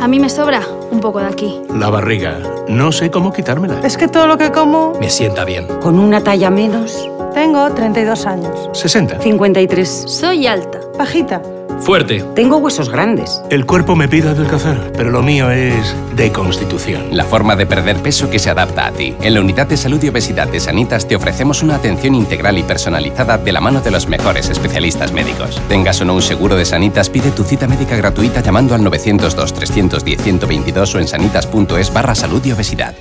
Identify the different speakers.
Speaker 1: A mí me sobra un poco de aquí.
Speaker 2: La barriga. No sé cómo quitármela.
Speaker 3: Es que todo lo que como...
Speaker 4: Me sienta bien.
Speaker 5: Con una talla menos.
Speaker 3: Tengo 32 años.
Speaker 2: 60.
Speaker 5: 53.
Speaker 1: Soy alta.
Speaker 3: Bajita.
Speaker 4: Fuerte.
Speaker 5: Tengo huesos grandes.
Speaker 2: El cuerpo me pide adelgazar, pero lo mío es de constitución.
Speaker 6: La forma de perder peso que se adapta a ti. En la Unidad de Salud y Obesidad de Sanitas te ofrecemos una atención integral y personalizada de la mano de los mejores especialistas médicos. Tengas o no un seguro de Sanitas, pide tu cita médica gratuita llamando al 902-310-122 o en sanitas.es barra salud y obesidad.